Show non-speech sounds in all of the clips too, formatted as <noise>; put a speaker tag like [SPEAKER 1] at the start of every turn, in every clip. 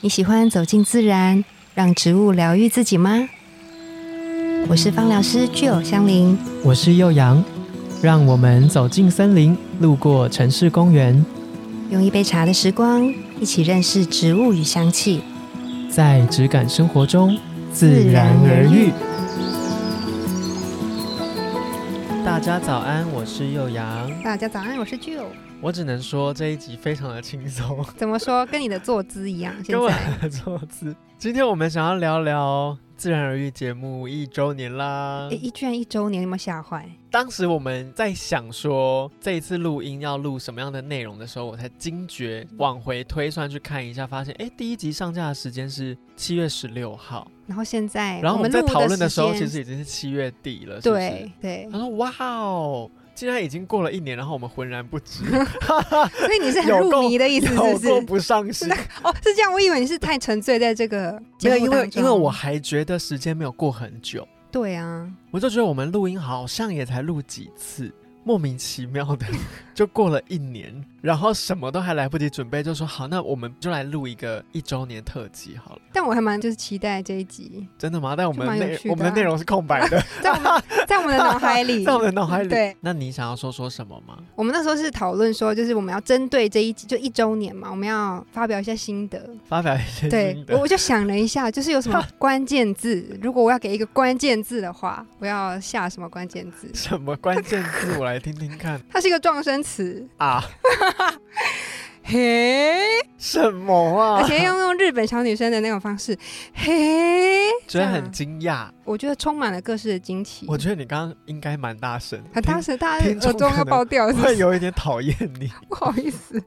[SPEAKER 1] 你喜欢走进自然，让植物疗愈自己吗？我是芳疗师具有香林，
[SPEAKER 2] 我是幼阳，让我们走进森林，路过城市公园，
[SPEAKER 1] 用一杯茶的时光，一起认识植物与香气。
[SPEAKER 2] 在质感生活中自然而愈。大家早安，我是幼阳。
[SPEAKER 1] 大家早安，我是具有。
[SPEAKER 2] 我只能说这一集非常的轻松， <laughs>
[SPEAKER 1] 怎么说？跟你的坐姿一样。现
[SPEAKER 2] 跟我
[SPEAKER 1] 在
[SPEAKER 2] 的坐姿。今天我们想要聊聊《自然而愈》节目一周年啦
[SPEAKER 1] 诶。一居然一周年，有没有吓坏？
[SPEAKER 2] 当时我们在想说这一次录音要录什么样的内容的时候，我才惊觉往回推算去看一下，发现诶，第一集上架的时间是七月十六号，
[SPEAKER 1] 然后现在，
[SPEAKER 2] <laughs> 然后我们在
[SPEAKER 1] 录
[SPEAKER 2] 讨论的时候，
[SPEAKER 1] 间
[SPEAKER 2] 其实已经是七月底了，是不是
[SPEAKER 1] 对。对
[SPEAKER 2] 他，说：“哇哦，竟然已经过了一年，然后我们浑然不 <laughs> 知，
[SPEAKER 1] 所以你是很
[SPEAKER 2] 有
[SPEAKER 1] 入
[SPEAKER 2] 够
[SPEAKER 1] 迷的意思，是
[SPEAKER 2] 有
[SPEAKER 1] 不
[SPEAKER 2] 过
[SPEAKER 1] 是？
[SPEAKER 2] 不上心。
[SPEAKER 1] 哦，是这样，我以为你是太沉醉在这个
[SPEAKER 2] 没
[SPEAKER 1] 节目
[SPEAKER 2] 有，因为
[SPEAKER 1] 当中
[SPEAKER 2] 因为我还觉得时间没有过很久，
[SPEAKER 1] 对啊，
[SPEAKER 2] 我就觉得我们录音好像也才录几次，莫名其妙的 <laughs> 就过了一年，然后什么都还来不及准备，就说好，那我们就来录一个一周年特辑好了。
[SPEAKER 1] 但我还蛮就是期待这一集，
[SPEAKER 2] 真的吗？但我们
[SPEAKER 1] 蛮有
[SPEAKER 2] 内
[SPEAKER 1] 趣的
[SPEAKER 2] 我们的
[SPEAKER 1] 啊
[SPEAKER 2] 内容是空
[SPEAKER 1] <laughs>
[SPEAKER 2] 白的，
[SPEAKER 1] 在我
[SPEAKER 2] <laughs>
[SPEAKER 1] 们在我们的脑海里，
[SPEAKER 2] 在我们的脑海里。
[SPEAKER 1] 对
[SPEAKER 2] 那你想要说说什么吗？
[SPEAKER 1] 我们那时候是讨论说，就是我们要针对这一集就一周年嘛，我们要发表一下心得。
[SPEAKER 2] 发表一些
[SPEAKER 1] 对
[SPEAKER 2] 新，的
[SPEAKER 1] 我。我就想了一下，就是有什
[SPEAKER 2] <laughs>
[SPEAKER 1] 么关键字，如果我要给一个关键字的话，我要下什么关键字？
[SPEAKER 2] 什么关键字？我来听听
[SPEAKER 1] <laughs>
[SPEAKER 2] 看
[SPEAKER 1] 它是一个撞声词，
[SPEAKER 2] 啊！
[SPEAKER 1] 嘿，
[SPEAKER 2] 什么
[SPEAKER 1] 而 <laughs>
[SPEAKER 2] 啊？
[SPEAKER 1] 且要用日本小女生的那种方式，嘿，
[SPEAKER 2] 觉得
[SPEAKER 1] 这样
[SPEAKER 2] 很惊讶。
[SPEAKER 1] 我觉得充满了各式的惊奇。
[SPEAKER 2] 我觉得你刚刚应该蛮大声，
[SPEAKER 1] 很大声，大家
[SPEAKER 2] 听众
[SPEAKER 1] 耳中
[SPEAKER 2] 可
[SPEAKER 1] 要
[SPEAKER 2] 能
[SPEAKER 1] 爆掉，
[SPEAKER 2] 听
[SPEAKER 1] 是不
[SPEAKER 2] 会
[SPEAKER 1] 是？
[SPEAKER 2] 有一点讨厌你，
[SPEAKER 1] 不好意思，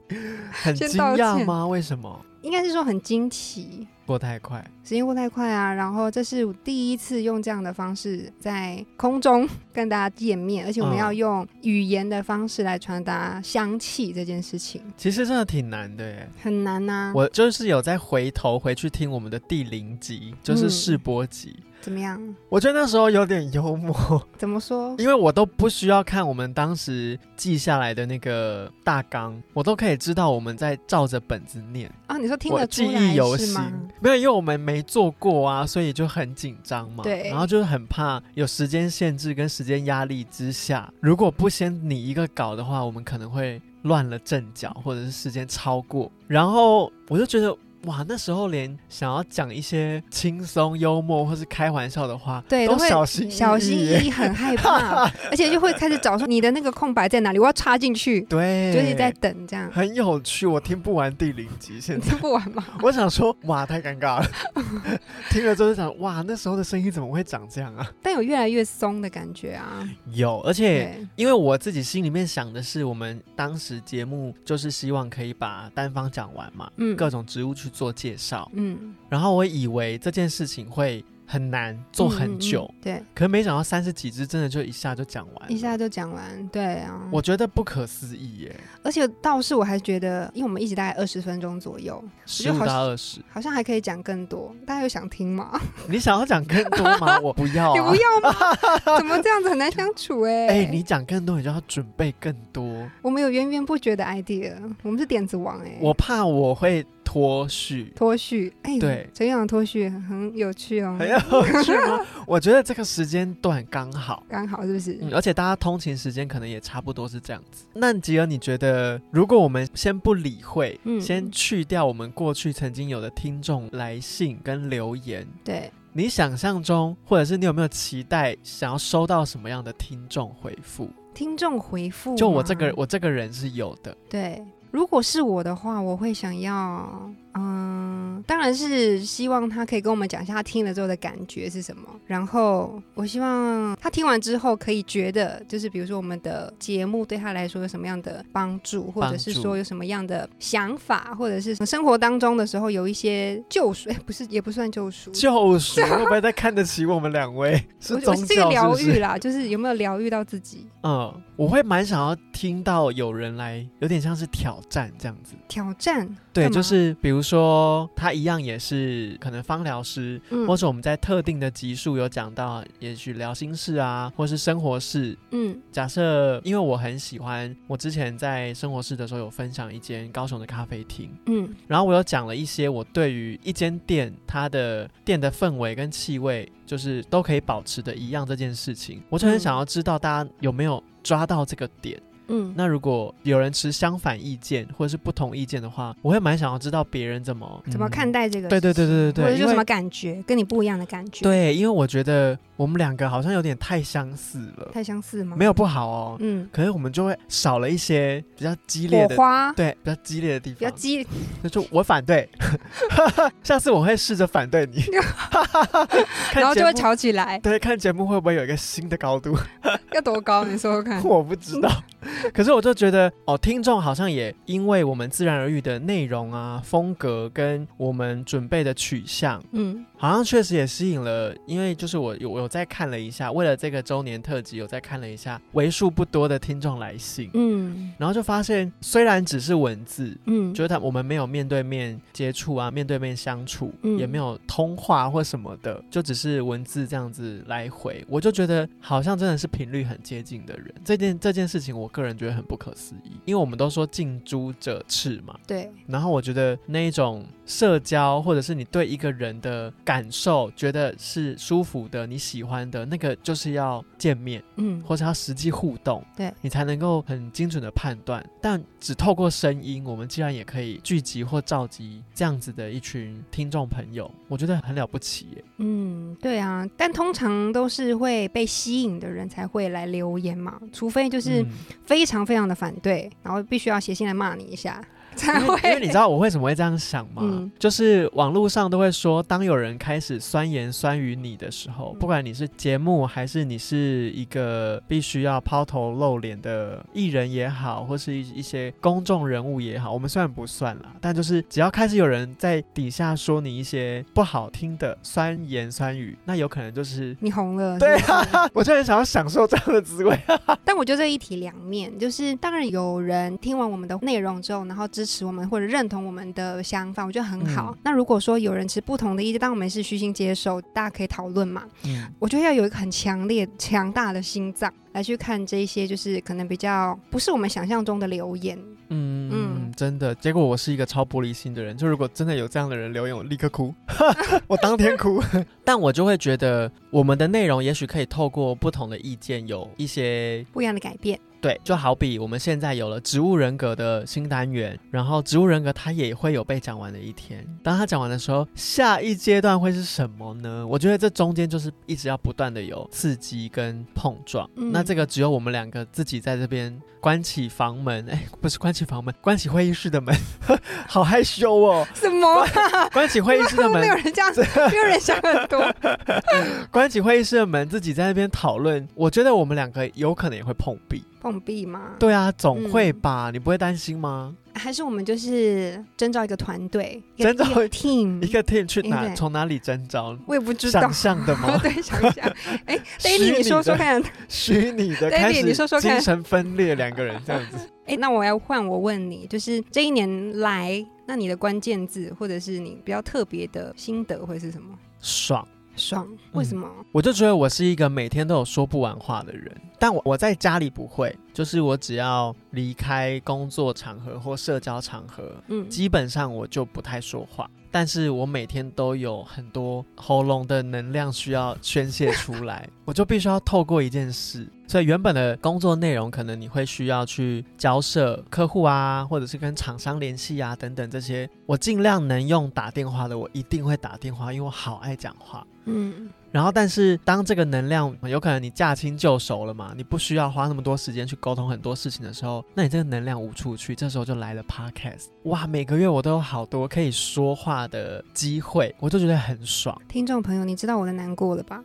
[SPEAKER 2] 很
[SPEAKER 1] 先
[SPEAKER 2] 惊
[SPEAKER 1] 道
[SPEAKER 2] 讶
[SPEAKER 1] 歉
[SPEAKER 2] 吗？为什么？
[SPEAKER 1] 应该是说很惊奇，
[SPEAKER 2] 过太快，
[SPEAKER 1] 时间过太快啊，然后这是我第一次用这样的方式在空中跟大家见面，而且我们
[SPEAKER 2] 嗯
[SPEAKER 1] 要用语言的方式来传达香气这件事情，
[SPEAKER 2] 其实真的挺难的耶。
[SPEAKER 1] 很难啊呐、
[SPEAKER 2] 我就是有在回头回去听我们的第零集，就是
[SPEAKER 1] 嗯
[SPEAKER 2] 试播集。
[SPEAKER 1] 怎么样？
[SPEAKER 2] 我觉得那时候有点幽默， <laughs>
[SPEAKER 1] 怎么说？
[SPEAKER 2] 因为我都不需要看我们当时记下来的那个大纲，我都可以知道我们在照着本子念，
[SPEAKER 1] 啊，你说听
[SPEAKER 2] 我
[SPEAKER 1] 得
[SPEAKER 2] 记
[SPEAKER 1] 出
[SPEAKER 2] 忆犹
[SPEAKER 1] 来
[SPEAKER 2] 新
[SPEAKER 1] 是吗？。
[SPEAKER 2] 没有，因为我们没做过啊，所以就很紧张嘛。
[SPEAKER 1] 对
[SPEAKER 2] 然后就是很怕有时间限制跟时间压力之下，如果不先拟一个稿的话，我们可能会乱了阵脚，或者是时间超过。然后我就觉得。哇，那时候连想要讲一些轻松幽默或是开玩笑的话，
[SPEAKER 1] 对
[SPEAKER 2] 都
[SPEAKER 1] 都会
[SPEAKER 2] 小心翼翼
[SPEAKER 1] 小心
[SPEAKER 2] 耶 <laughs>
[SPEAKER 1] 翼翼，很害怕，而且就会开始找说你的那个空白在哪里，我要插进去，
[SPEAKER 2] 对，
[SPEAKER 1] 就是在等这样， <laughs>
[SPEAKER 2] 很有趣，我听不完第零集，现
[SPEAKER 1] 你
[SPEAKER 2] 在
[SPEAKER 1] 听不完
[SPEAKER 2] <laughs>
[SPEAKER 1] 吗？
[SPEAKER 2] 我想说，哇，太尴尬了。 <laughs> 听了之后就想，哇，那时候的声音怎么会长这样啊？
[SPEAKER 1] 但有越来越松的感觉啊，
[SPEAKER 2] 有，而且
[SPEAKER 1] 对，
[SPEAKER 2] 因为我自己心里面想的是，我们当时节目就是希望可以把单方讲完嘛，
[SPEAKER 1] 嗯
[SPEAKER 2] 各种植物去做介绍，
[SPEAKER 1] 嗯，
[SPEAKER 2] 然后我以为这件事情会很难做很久，
[SPEAKER 1] 嗯，嗯嗯对，
[SPEAKER 2] 可没想到三十几只真的就一下就讲完了
[SPEAKER 1] 一下就讲完，对啊，
[SPEAKER 2] 我觉得不可思议耶，
[SPEAKER 1] 而且倒是我还觉得，因为我们一直大概二十分钟左右，
[SPEAKER 2] 十
[SPEAKER 1] 我觉
[SPEAKER 2] 五
[SPEAKER 1] 得好
[SPEAKER 2] 到二十，
[SPEAKER 1] 好像还可以讲更多，大家有想听吗？
[SPEAKER 2] 你想要讲更多吗？我不 <laughs> 要、
[SPEAKER 1] <laughs>
[SPEAKER 2] 啊，
[SPEAKER 1] 你不要吗？怎么这样子很难相处哎、
[SPEAKER 2] <laughs> 哎、你讲更多，你就要准备更多。
[SPEAKER 1] 我们有源源不绝的 idea，我们是点子王哎、
[SPEAKER 2] 我怕我会脱序，
[SPEAKER 1] 脱序哎、
[SPEAKER 2] 对哎
[SPEAKER 1] 陈院长脱序很很有趣哦，
[SPEAKER 2] 很有趣
[SPEAKER 1] <laughs>
[SPEAKER 2] 吗？我觉得这个时间段刚好。
[SPEAKER 1] 刚好是不是？
[SPEAKER 2] 嗯，而且大家通勤时间可能也差不多是这样子。那吉儿，你觉得如果我们先不理会，
[SPEAKER 1] 嗯
[SPEAKER 2] 先去掉我们过去曾经有的听众来信跟留言，
[SPEAKER 1] 对，
[SPEAKER 2] 你想象中，或者是你有没有期待想要收到什么样的听众回复？
[SPEAKER 1] 听众回复
[SPEAKER 2] 就我
[SPEAKER 1] 吗
[SPEAKER 2] 这个，我这个人是有的，
[SPEAKER 1] 对，如果是我的话，我会想要，嗯，当然是希望他可以跟我们讲一下他听了之后的感觉是什么。然后我希望他听完之后可以觉得，就是比如说我们的节目对他来说有什么样的帮助，或者
[SPEAKER 2] 帮
[SPEAKER 1] 是
[SPEAKER 2] 助
[SPEAKER 1] 说有什么样的想法，或者是生活当中的时候有一些救赎，哎不是也不算救赎。 <laughs>
[SPEAKER 2] 就是会不会在看得起我们两位？是
[SPEAKER 1] 我
[SPEAKER 2] 宗
[SPEAKER 1] 我
[SPEAKER 2] 教
[SPEAKER 1] 这个
[SPEAKER 2] 是
[SPEAKER 1] 疗
[SPEAKER 2] 不
[SPEAKER 1] 愈
[SPEAKER 2] 是？
[SPEAKER 1] 啦，就是有没有疗愈到自己？
[SPEAKER 2] 嗯，我会蛮想要听到有人来，有点像是挑战这样子。
[SPEAKER 1] 挑战
[SPEAKER 2] 对，
[SPEAKER 1] 干嘛
[SPEAKER 2] 就是比如说他一样也是可能芳疗师，
[SPEAKER 1] 嗯
[SPEAKER 2] 或者我们在特定的集数有讲到，也许聊心事啊，或是生活事。
[SPEAKER 1] 嗯
[SPEAKER 2] 假设因为我很喜欢，我之前在生活室的时候有分享一间高雄的咖啡厅，
[SPEAKER 1] 嗯
[SPEAKER 2] 然后我有讲了一些我对于一间店它的店的氛围跟气味，就是都可以保持的一样这件事情，我就很
[SPEAKER 1] 嗯
[SPEAKER 2] 想要知道大家有没有抓到这个点。
[SPEAKER 1] 嗯，
[SPEAKER 2] 那如果有人持相反意见或者是不同意见的话，我会蛮想要知道别人怎么
[SPEAKER 1] 怎么看、待这个
[SPEAKER 2] 嗯
[SPEAKER 1] 事
[SPEAKER 2] 对
[SPEAKER 1] 情？
[SPEAKER 2] 对对对对对，
[SPEAKER 1] 或者
[SPEAKER 2] 因
[SPEAKER 1] 就
[SPEAKER 2] 为
[SPEAKER 1] 什么感觉，跟你不一样的感觉，，
[SPEAKER 2] 对，因为我觉得我们两个好像有点太相似了，
[SPEAKER 1] 太相似吗？
[SPEAKER 2] 没有不好哦，
[SPEAKER 1] 嗯，
[SPEAKER 2] 可是我们就会少了一些比较激烈
[SPEAKER 1] 火
[SPEAKER 2] 的。
[SPEAKER 1] 花比
[SPEAKER 2] 对，比较激烈的地
[SPEAKER 1] 较
[SPEAKER 2] 方，
[SPEAKER 1] 激，
[SPEAKER 2] 那就我反对， <laughs> 下次我会试着反对你，
[SPEAKER 1] <laughs>
[SPEAKER 2] 看
[SPEAKER 1] 然后就
[SPEAKER 2] 节
[SPEAKER 1] 会
[SPEAKER 2] 目。
[SPEAKER 1] 吵起来，
[SPEAKER 2] 对，看节目会不会有一个新的高度？。
[SPEAKER 1] 要多高？你说说看
[SPEAKER 2] <laughs> 我不知道。可是我就觉得，哦，听众好像也因为我们自然而愈的内容啊、风格跟我们准备的取向，
[SPEAKER 1] 嗯
[SPEAKER 2] 好像确实也吸引了。因为就是我有我有在看了一下，为了这个周年特辑，有在看了一下为数不多的听众来信，
[SPEAKER 1] 嗯
[SPEAKER 2] 然后就发现，虽然只是文字，
[SPEAKER 1] 嗯，
[SPEAKER 2] 就是他我们没有面对面接触啊，面对面相处，
[SPEAKER 1] 嗯
[SPEAKER 2] 也没有通话或什么的，就只是文字这样子来回，我就觉得好像真的是频率很接近的人。这件这件事情，我个人觉得很不可思议，因为我们都说近朱者赤嘛。
[SPEAKER 1] 对，
[SPEAKER 2] 然后我觉得那一种社交，或者是你对一个人的感受，觉得是舒服的、你喜欢的那个，就是要见面。
[SPEAKER 1] 嗯，
[SPEAKER 2] 或是要实际互动，
[SPEAKER 1] 对
[SPEAKER 2] 你才能够很精准的判断。但只透过声音，我们既然也可以聚集或召集这样子的一群听众朋友，我觉得很了不起耶。
[SPEAKER 1] 嗯，对啊，但通常都是会被吸引的人才会来留言嘛，除非就是
[SPEAKER 2] 嗯
[SPEAKER 1] 非常非常的反对，然后必须要写信来骂你一下才
[SPEAKER 2] 因为
[SPEAKER 1] 会。
[SPEAKER 2] 因为你知道我为什 <laughs> 么会这样想吗？
[SPEAKER 1] 嗯
[SPEAKER 2] 就是网络上都会说，当有人开始酸言酸语你的时候，
[SPEAKER 1] 嗯
[SPEAKER 2] 不管你是节目还是你是一个必须要抛头露脸的艺人也好，或是一一些公众人物也好，我们虽然不算啦，但就是只要开始有人在底下说你一些不好听的酸言酸语，那有可能就是。
[SPEAKER 1] <laughs> 你红了，
[SPEAKER 2] 对
[SPEAKER 1] 是不是
[SPEAKER 2] <laughs> 啊，我就很想要享受这样的滋味。啊
[SPEAKER 1] 但我觉得这一体两面，就是当然有人听完我们的内容之后，然后支持我们或者认同我们的想法，我觉得很好。
[SPEAKER 2] 嗯
[SPEAKER 1] 那如果说有人持不同的意见，当然我们是虚心接受，大家可以讨论嘛。
[SPEAKER 2] 嗯，
[SPEAKER 1] 我觉得要有一个很强烈、强大的心脏来去看这一些，就是可能比较不是我们想象中的留言。
[SPEAKER 2] 嗯嗯
[SPEAKER 1] 嗯，
[SPEAKER 2] 真的。结果我是一个超玻璃心的人，就如果真的有这样的人留言，我立刻哭， <laughs> 我当天哭。 <laughs> 但我就会觉得我们的内容也许可以透过不同的意见有一些。
[SPEAKER 1] 不一样的改变，
[SPEAKER 2] 对，就好比我们现在有了植物人格的新单元，然后植物人格它也会有被讲完的一天。当它讲完的时候，下一阶段会是什么呢？我觉得这中间就是一直要不断的有刺激跟碰撞。
[SPEAKER 1] 嗯
[SPEAKER 2] 那这个只有我们两个自己在这边关起房门， <laughs> 哎，不是关起房门，关起会议室的门， <laughs> 好害羞哦！
[SPEAKER 1] <laughs> 什么、啊？
[SPEAKER 2] 关起会议室的门
[SPEAKER 1] 没有，人
[SPEAKER 2] <laughs>
[SPEAKER 1] 这样子，没有人想很多。
[SPEAKER 2] 关起会议室的门，自己在那边讨论。我觉得我们两个有可能也会碰壁。
[SPEAKER 1] 碰壁嘛，
[SPEAKER 2] 对啊，总会
[SPEAKER 1] 嗯
[SPEAKER 2] 吧？你不会担心吗？
[SPEAKER 1] 还是我们就是征召一个团队，一个
[SPEAKER 2] 征召
[SPEAKER 1] team，
[SPEAKER 2] 一个 team 去
[SPEAKER 1] 应
[SPEAKER 2] 哪？
[SPEAKER 1] 该
[SPEAKER 2] 从哪里征招？
[SPEAKER 1] 我也不嗯知道
[SPEAKER 2] 想。象的吗？
[SPEAKER 1] <laughs> 对，想想，哎
[SPEAKER 2] 虚拟
[SPEAKER 1] ，Daily，
[SPEAKER 2] 的
[SPEAKER 1] 你说说看， <laughs>
[SPEAKER 2] 虚拟的
[SPEAKER 1] Daddy，
[SPEAKER 2] 开始，
[SPEAKER 1] 你说说看
[SPEAKER 2] 精神分裂，两个人这样
[SPEAKER 1] <laughs>
[SPEAKER 2] 子。
[SPEAKER 1] 哎，那我要换我问你，就是这一年来，那你的关键字或者是你比较特别的心得会是什么？
[SPEAKER 2] 爽！
[SPEAKER 1] 爽？为什么？
[SPEAKER 2] 我就觉得我是一个每天都有说不完话的人，但我我在家里不会，就是我只要离开工作场合或社交场合，
[SPEAKER 1] 嗯
[SPEAKER 2] 基本上我就不太说话，但是我每天都有很多喉咙的能量需要宣泄出来，我就必须要透过一件事。所以原本的工作内容，可能你会需要去交涉客户啊，或者是跟厂商联系啊等等这些，我尽量能用打电话的，我一定会打电话，因为我好爱讲话。
[SPEAKER 1] 嗯，
[SPEAKER 2] 然后，但是当这个能量有可能你驾轻就熟了嘛，你不需要花那么多时间去沟通很多事情的时候，那你这个能量无处去，这时候就来了 podcast。哇，每个月我都有好多可以说话的机会，我就觉得很爽 <laughs>
[SPEAKER 1] 听众朋友，你知道我的难过了吧？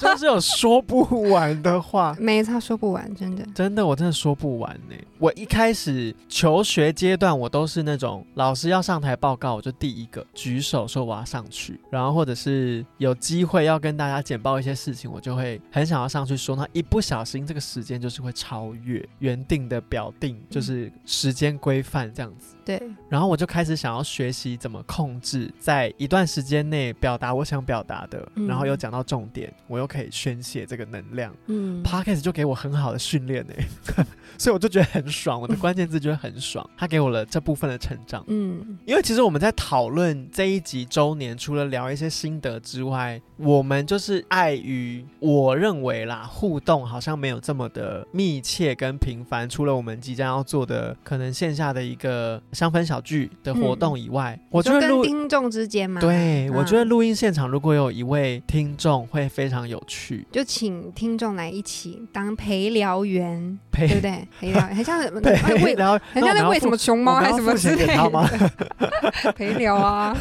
[SPEAKER 2] 就是有说不完的话。
[SPEAKER 1] 没，他说不完，真的。
[SPEAKER 2] 真的，我真的说不完呢、我一开始求学阶段，我都是那种老师要上台报告，我就第一个举手说我要上去，然后或者是有机会要跟大家简报一些事情，我就会很想要上去说。那一不小心，这个时间就是会超越原定的表定，就是时间规范这样子。
[SPEAKER 1] 对，
[SPEAKER 2] 然后我就开始想要学习怎么控制，在一段时间内表达我想表达的，
[SPEAKER 1] 嗯
[SPEAKER 2] 然后又讲到重点，我又可以宣泄这个能量。
[SPEAKER 1] 嗯，
[SPEAKER 2] Podcast 就给我很好的训练呢、 <laughs> 所以我就觉得很爽，我的关键字就是很爽，它给我了这部分的成长。
[SPEAKER 1] 嗯，
[SPEAKER 2] 因为其实我们在讨论这一集周年，除了聊一些心得之外，我们就是碍于我认为啦，互动好像没有这么的密切跟频繁。除了我们即将要做的可能线下的一个香氛小聚的活
[SPEAKER 1] 嗯
[SPEAKER 2] 动以外，我觉
[SPEAKER 1] 就
[SPEAKER 2] 得
[SPEAKER 1] 跟
[SPEAKER 2] 录。
[SPEAKER 1] 听众之间嘛，
[SPEAKER 2] 对，
[SPEAKER 1] 嗯
[SPEAKER 2] 我觉得录音现场如果有一位听众会非常有趣，
[SPEAKER 1] 就请听众来一起当陪聊员，对不
[SPEAKER 2] 陪
[SPEAKER 1] 对？哎陪聊很
[SPEAKER 2] <laughs>
[SPEAKER 1] 像什么？
[SPEAKER 2] 陪
[SPEAKER 1] 喂，
[SPEAKER 2] 聊，
[SPEAKER 1] 很像在
[SPEAKER 2] 那我们要
[SPEAKER 1] 喂
[SPEAKER 2] 付
[SPEAKER 1] 什么熊猫
[SPEAKER 2] 我们
[SPEAKER 1] 还
[SPEAKER 2] 要
[SPEAKER 1] 是什么
[SPEAKER 2] 付
[SPEAKER 1] 之
[SPEAKER 2] 钱
[SPEAKER 1] 类
[SPEAKER 2] 给他吗
[SPEAKER 1] 的 <laughs> 陪聊啊，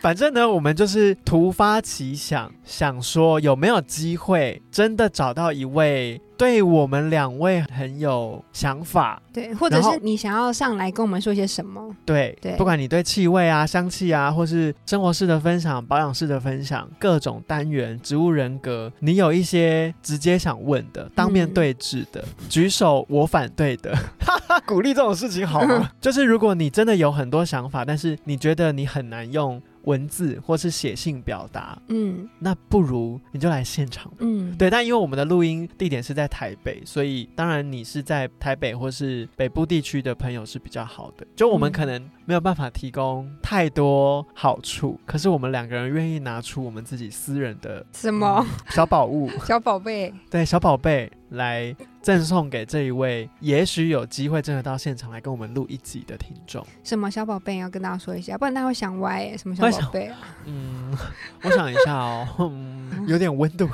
[SPEAKER 2] 反正呢，我们就是突发奇想，想说有没有机会真的找到一位对我们两位很有想法，
[SPEAKER 1] 对，或者
[SPEAKER 2] 然后
[SPEAKER 1] 是你想要上来跟我们说些什么？
[SPEAKER 2] 对，
[SPEAKER 1] 对
[SPEAKER 2] 不管你对气味啊、香气啊，或是生活式的分享、保养式的分享，各种单元、植物人格，你有一些直接想问的、当面对质的，举手我反对的，哈哈，嗯 <laughs> 鼓励这种事情好吗？ <laughs> 就是如果你真的有很多想法，但是你觉得你很难用文字或是写信表达，
[SPEAKER 1] 嗯
[SPEAKER 2] 那不如你就来现场。
[SPEAKER 1] 嗯，
[SPEAKER 2] 对，但因为我们的录音地点是在台北，所以当然你是在台北或是北部地区的朋友是比较好的。就我们
[SPEAKER 1] 嗯
[SPEAKER 2] 可能没有办法提供太多好处，可是我们两个人愿意拿出我们自己私人的
[SPEAKER 1] 什么
[SPEAKER 2] 嗯小宝物， <laughs>
[SPEAKER 1] 小宝贝？
[SPEAKER 2] 对小宝贝来赠送给这一位，也许有机会真的到现场来跟我们录一集的听众。
[SPEAKER 1] 什么小宝贝要跟大家说一下，不然大家会想歪、欸。什么小
[SPEAKER 2] 会想
[SPEAKER 1] 宝贝啊？
[SPEAKER 2] 嗯，我想一下哦， <laughs> 嗯，有点温度。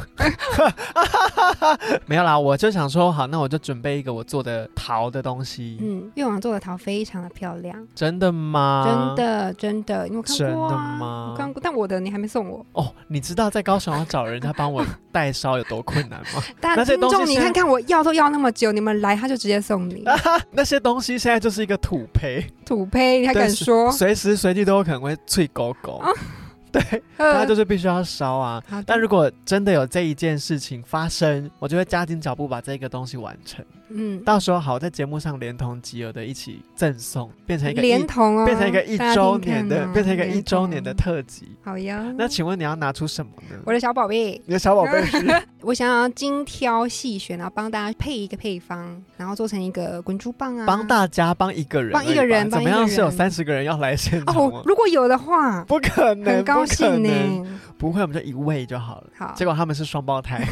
[SPEAKER 2] <laughs> 没有啦，我就想说，好，那我就准备一个我做的桃的东西。
[SPEAKER 1] 嗯，月王做的桃非常的漂亮，
[SPEAKER 2] 真的吗？
[SPEAKER 1] 真。的真的，你有看
[SPEAKER 2] 啊真的
[SPEAKER 1] 过啊？
[SPEAKER 2] 吗
[SPEAKER 1] 我看过，但我的你还没送我。
[SPEAKER 2] 哦，你知道在高雄要找人家帮我代烧有多困难
[SPEAKER 1] <laughs>
[SPEAKER 2] 吗？
[SPEAKER 1] 大
[SPEAKER 2] 那
[SPEAKER 1] 家
[SPEAKER 2] 这
[SPEAKER 1] 听
[SPEAKER 2] 东西
[SPEAKER 1] 众，你
[SPEAKER 2] 现在
[SPEAKER 1] 看看我要都要那么久，你们来他就直接送你
[SPEAKER 2] 啊那些东西现在就是一个土坯，
[SPEAKER 1] 土胚，你还敢
[SPEAKER 2] 对是
[SPEAKER 1] 说？
[SPEAKER 2] 随时随地都有可能会脆狗狗。
[SPEAKER 1] 哦
[SPEAKER 2] 对，它就是必须要烧啊。
[SPEAKER 1] 好的
[SPEAKER 2] 但如果真的有这一件事情发生，我就会加紧脚步把这个东西完成。
[SPEAKER 1] 嗯，
[SPEAKER 2] 到时候好，在节目上连同集邮的一起赠送，变成一个一
[SPEAKER 1] 连同哦，
[SPEAKER 2] 变成一个一
[SPEAKER 1] 大家
[SPEAKER 2] 周
[SPEAKER 1] 听
[SPEAKER 2] 年的
[SPEAKER 1] 看，哦
[SPEAKER 2] 变成一个一周年的。
[SPEAKER 1] 连同
[SPEAKER 2] 特辑。
[SPEAKER 1] 好呀，
[SPEAKER 2] 那请问你要拿出什么呢？
[SPEAKER 1] 嗯我的嗯小宝贝。
[SPEAKER 2] 你的小宝贝是
[SPEAKER 1] 我想要精挑细选，然后帮大家配一个配方，然后做成一个滚珠棒啊。
[SPEAKER 2] <laughs> 帮大家帮一个人而已吧，
[SPEAKER 1] 帮一个人帮
[SPEAKER 2] 怎
[SPEAKER 1] 一
[SPEAKER 2] 么
[SPEAKER 1] 个
[SPEAKER 2] 样是有
[SPEAKER 1] 人
[SPEAKER 2] 三十个人要来现场吗
[SPEAKER 1] 哦，？如果有的话，
[SPEAKER 2] 不可啊能，
[SPEAKER 1] 很高兴
[SPEAKER 2] 呢、 <laughs>
[SPEAKER 1] 呢。
[SPEAKER 2] 不会，我们就一位就好了。
[SPEAKER 1] 好
[SPEAKER 2] 结，果他们是双胞胎，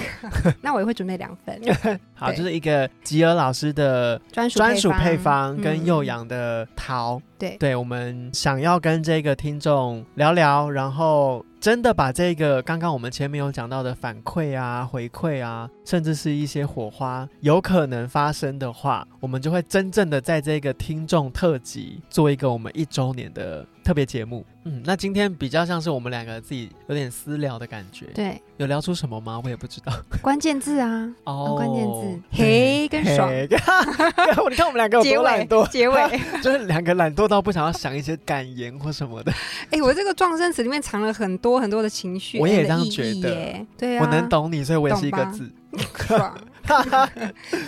[SPEAKER 1] 那我也会准备两
[SPEAKER 2] <laughs>
[SPEAKER 1] 份
[SPEAKER 2] 好，
[SPEAKER 1] 对
[SPEAKER 2] 就是一个吉尔老师的
[SPEAKER 1] 专属
[SPEAKER 2] 专属配方
[SPEAKER 1] 嗯
[SPEAKER 2] 跟幼阳的桃。
[SPEAKER 1] 对
[SPEAKER 2] 对我们想要跟这个听众聊聊，然后真的把这个刚刚我们前面有讲到的反馈啊、回馈啊，甚至是一些火花，有可能发生的话，我们就会真正的在这个听众特辑做一个我们一周年的特别节目。嗯，那今天比较像是我们两个自己有点私聊的感觉，
[SPEAKER 1] 对，
[SPEAKER 2] 有聊出什么吗？我也不知道。
[SPEAKER 1] 关键字
[SPEAKER 2] <laughs>
[SPEAKER 1] 啊，
[SPEAKER 2] 哦，
[SPEAKER 1] 关键字
[SPEAKER 2] 对
[SPEAKER 1] 嘿跟爽
[SPEAKER 2] <laughs> 嘿 <laughs> 你看我们两个有
[SPEAKER 1] 结
[SPEAKER 2] 多懒
[SPEAKER 1] 尾
[SPEAKER 2] 惰，
[SPEAKER 1] 结尾。<laughs>
[SPEAKER 2] <laughs> 就是两个懒惰到不想要想一些感言或什么的。
[SPEAKER 1] 哎，我这个撞声词里面藏了很多很多的情绪，
[SPEAKER 2] 我也
[SPEAKER 1] 哎
[SPEAKER 2] 这样
[SPEAKER 1] 的意
[SPEAKER 2] 觉
[SPEAKER 1] 义
[SPEAKER 2] 得
[SPEAKER 1] 耶对啊，
[SPEAKER 2] 我能懂你，所以我也是一个
[SPEAKER 1] 懂吧
[SPEAKER 2] 字。
[SPEAKER 1] 爽。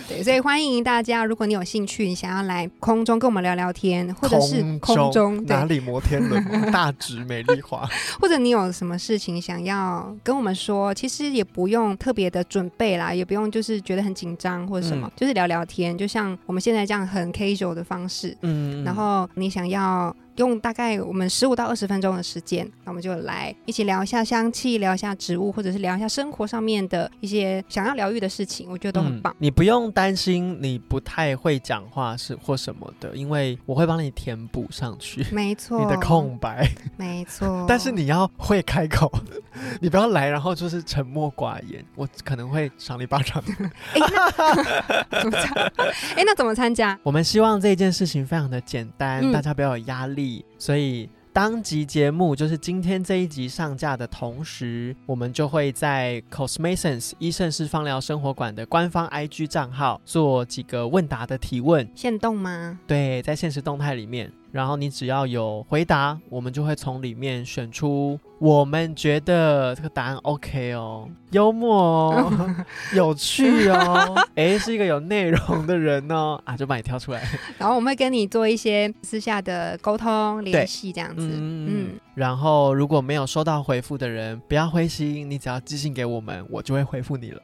[SPEAKER 1] 对，所以欢迎大家，如果你有兴趣，你想要来空中跟我们聊聊天，或者是空中，
[SPEAKER 2] 哪
[SPEAKER 1] 对，
[SPEAKER 2] 里摩天轮
[SPEAKER 1] <laughs>
[SPEAKER 2] 吗？大直美丽华。
[SPEAKER 1] 或者你有什么事情想要跟我们说，其实也不用特别的准备啦，也不用就是觉得很紧张或者什么，
[SPEAKER 2] 嗯
[SPEAKER 1] 就是聊聊天，就像我们现在这样很 casual 的方式。
[SPEAKER 2] 嗯
[SPEAKER 1] 然后你想要用大概我们十五到二十分钟的时间，那我们就来一起聊一下香气，聊一下植物，或者是聊一下生活上面的一些想要疗愈的事情，我觉得都很棒
[SPEAKER 2] 嗯。你不用担心你不太会讲话是或什么的，因为我会帮你填补上去
[SPEAKER 1] 没错，
[SPEAKER 2] 你的空白。，
[SPEAKER 1] 没错
[SPEAKER 2] 但是你要会开口， <laughs> 你不要来，然后就是沉默寡言，我可能会赏你巴掌。
[SPEAKER 1] 哎、那怎么参？ <laughs> 哎、那怎么参加？
[SPEAKER 2] 我们希望这件事情非常的简单，
[SPEAKER 1] 嗯
[SPEAKER 2] 大家不要有压力。所以当集节目就是今天这一集上架的同时，我们就会在 Cosmasons 医生式放疗生活馆的官方 IG 账号做几个问答的提问。
[SPEAKER 1] 现动吗？
[SPEAKER 2] 对，在现实动态里面，然后你只要有回答，我们就会从里面选出我们觉得这个答案 OK 哦，幽默哦，有趣哦，诶，是一个有内容的人哦，啊，就把你挑出来。
[SPEAKER 1] 然后我们会跟你做一些私下的沟通联系，这样子。
[SPEAKER 2] 嗯
[SPEAKER 1] 嗯
[SPEAKER 2] 嗯。然后如果没有收到回复的人，不要灰心，你只要寄信给我们，我就会回复你
[SPEAKER 1] <laughs>
[SPEAKER 2] 了。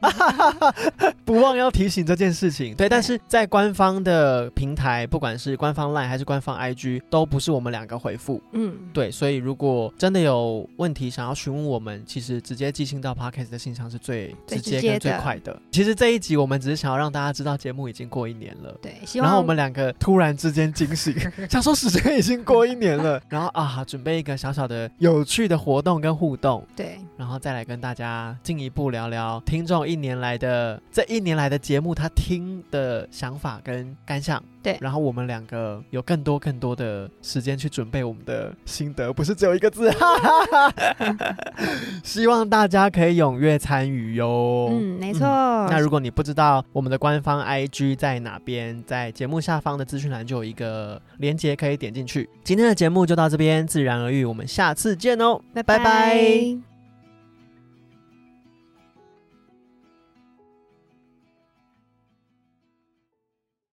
[SPEAKER 2] 不忘要提醒这件事情。对，但是在官方的平台，不管是官方 LINE 还是官方 IG，都不是我们两个回复。
[SPEAKER 1] 嗯，
[SPEAKER 2] 对，所以如果真的有问题想要询问我们，其实直接寄信到 Podcast 的信箱是最
[SPEAKER 1] 最
[SPEAKER 2] 直接
[SPEAKER 1] 直接
[SPEAKER 2] 跟最
[SPEAKER 1] 的
[SPEAKER 2] 快的。其实这一集我们只是想要让大家知道节目已经过一年了。
[SPEAKER 1] 对，希望
[SPEAKER 2] 然后我们两个突然之间惊
[SPEAKER 1] <laughs>
[SPEAKER 2] 醒，想说时间已经过一年了，然后啊，准备一个小小的有趣的活动跟互动，
[SPEAKER 1] 对
[SPEAKER 2] 然后再来跟大家进一步聊聊听众一年来的这一年来的节目，他听的想法跟感想。
[SPEAKER 1] 对
[SPEAKER 2] 然后我们两个有更多更多的时间去准备我们的心得，不是只有一个字，哈哈哈
[SPEAKER 1] <laughs>
[SPEAKER 2] 哈希望大家可以踊跃参与哟。
[SPEAKER 1] 嗯，没错。
[SPEAKER 2] 哦那如果你不知道我们的官方 IG 在哪边，在节目下方的资讯栏就有一个连接可以点进去。今天的节目就到这边，自然而愈，我们下次见哦，拜拜